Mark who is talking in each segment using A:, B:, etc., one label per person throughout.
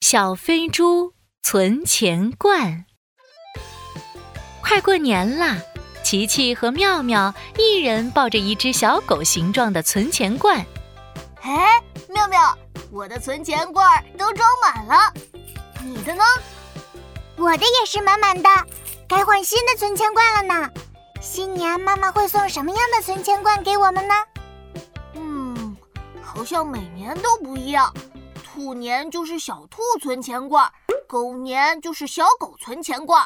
A: 小飞猪存钱罐。快过年啦，琪琪和妙妙一人抱着一只小狗形状的存钱罐。
B: 哎，妙妙，我的存钱罐儿都装满了，你的呢？
C: 我的也是满满的，该换新的存钱罐了呢。新年妈妈会送什么样的存钱罐给我们呢？
B: 嗯，好像每年都不一样。兔年就是小兔存钱罐，狗年就是小狗存钱罐。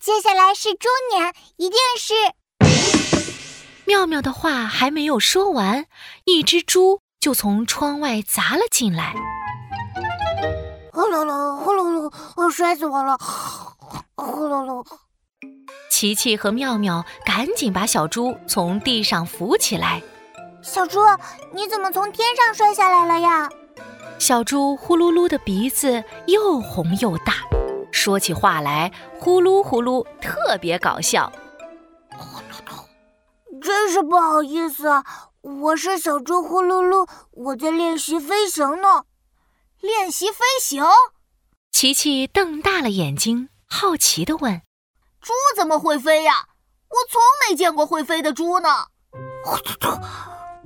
C: 接下来是猪年，一定是
A: 妙妙的话还没有说完，一只猪就从窗外砸了进来。
C: 呼噜噜，呼噜噜，我摔死我了！呼噜噜，
A: 琪琪和妙妙赶紧把小猪从地上扶起来。
C: 小猪，你怎么从天上摔下来了呀？
A: 小猪呼噜噜的鼻子又红又大，说起话来呼噜呼噜，特别搞笑。
C: 真是不好意思啊，我是小猪呼噜噜，我在练习飞行呢。
B: 练习飞行，
A: 琪琪瞪大了眼睛，好奇地问
B: 猪怎么会飞呀？我从没见过会飞的猪呢。
C: 呼噜噜，哦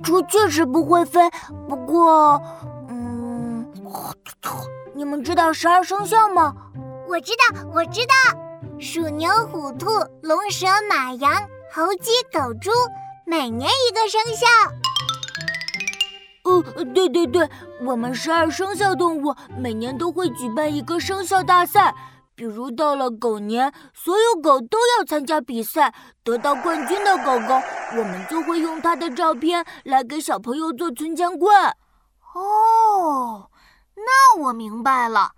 C: 猪确实不会飞，不过，嗯，呼噜噜，你们知道十二生肖吗？我知道，我知道，鼠、牛、虎、兔、龙、蛇、马、羊、猴、鸡、狗、猪，每年一个生肖。呃，对对对，我们十二生肖动物每年都会举办一个生肖大赛，比如到了狗年，所有狗都要参加比赛，得到冠军的狗狗，我们就会用它的照片来给小朋友做存钱罐。
B: 哦，那我明白了。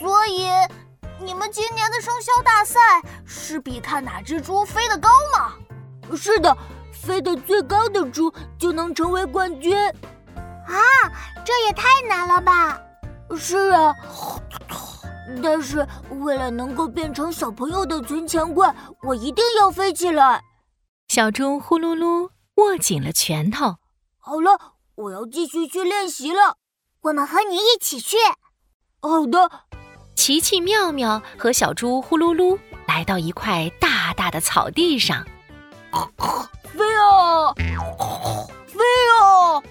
B: 所以，你们今年的生肖大赛是比看哪只猪飞得高吗？
C: 是的，飞得最高的猪就能成为冠军。啊，这也太难了吧！是啊， 但是为了能够变成小朋友的存钱罐，我一定要飞起来。
A: 小猪呼噜噜握紧了拳头。
C: 好了，我要继续去练习了。我们和你一起去。好的，
A: 琪琪、妙妙和小猪呼噜噜来到一块大大的草地上。
C: 飞啊，飞啊，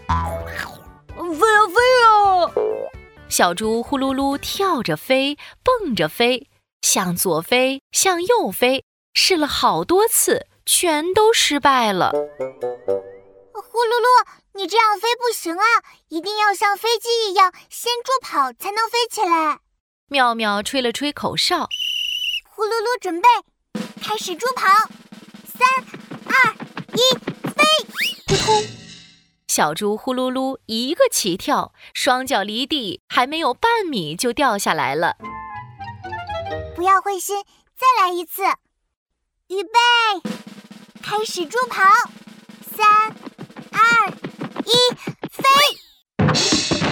C: 飞啊飞啊！
A: 小猪呼噜噜跳着飞，蹦着飞，向左飞，向右飞，试了好多次，全都失败了。
C: 呼噜噜，你这样飞不行啊，一定要像飞机一样先助跑才能飞起来。
A: 妙妙吹了吹口哨，
C: 呼噜噜，准备，开始助跑，三、二、一，飞！扑通！
A: 小猪呼噜噜一个起跳，双脚离地还没有半米就掉下来了。
C: 不要灰心，再来一次。预备，开始助跑，三、二、一，飞！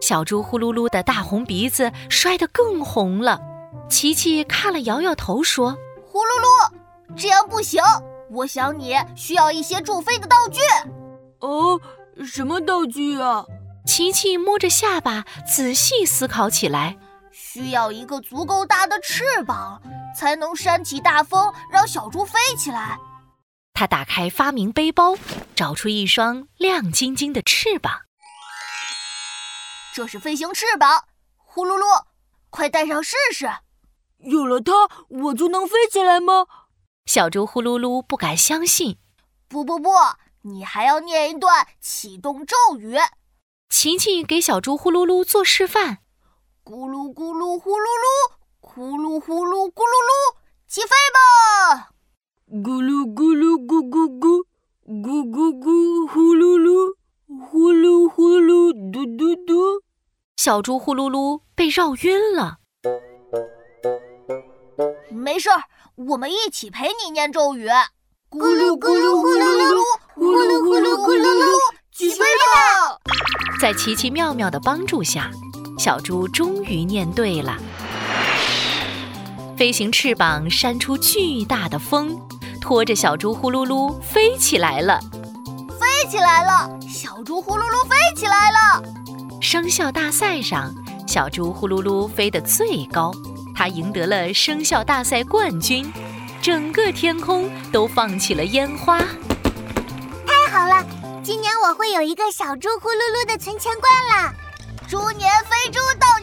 A: 小猪呼噜噜的大红鼻子摔得更红了。琪琪看了摇摇头说
B: 呼噜噜，这样不行。我想你需要一些助飞的道具。
C: 哦，什么道具啊？：“
A: 琪琪摸着下巴，仔细思考起来。
B: 需要一个足够大的翅膀，才能扇起大风，让小猪飞起来。
A: 他打开发明背包，找出一双亮晶晶的翅膀。
B: 这是飞行翅膀，呼噜噜，快戴上试试。
C: 有了它，我就能飞起来吗？
A: 小猪呼噜噜不敢相信。
B: 不不不，你还要念一段启动咒语：
A: 琪琪给小猪呼噜噜做示范。
B: 咕噜咕噜呼噜噜，呼噜呼噜咕噜噜，起飞吧！
C: 咕噜咕噜咕咕咕，咕咕咕，呼噜噜，呼噜呼噜，嘟嘟嘟。
A: 小猪呼噜噜被绕晕了。
B: 没事儿，我们一起陪你念咒语。咕
C: 咕噜咕噜呼噜噜，
B: 呼噜呼噜咕噜噜，起飞吧！
A: 在奇奇妙妙的帮助下，小猪终于念对了。飞行翅膀扇出巨大的风，拖着小猪呼噜噜飞起来了。
B: 飞起来了，小猪呼噜噜飞起来了。
A: 生肖大赛上，小猪呼噜噜飞得最高，它赢得了生肖大赛冠军，整个天空都放起了烟花。
C: 太好了，今年我会有一个小猪呼噜噜的存钱罐啦！
B: 猪年飞猪到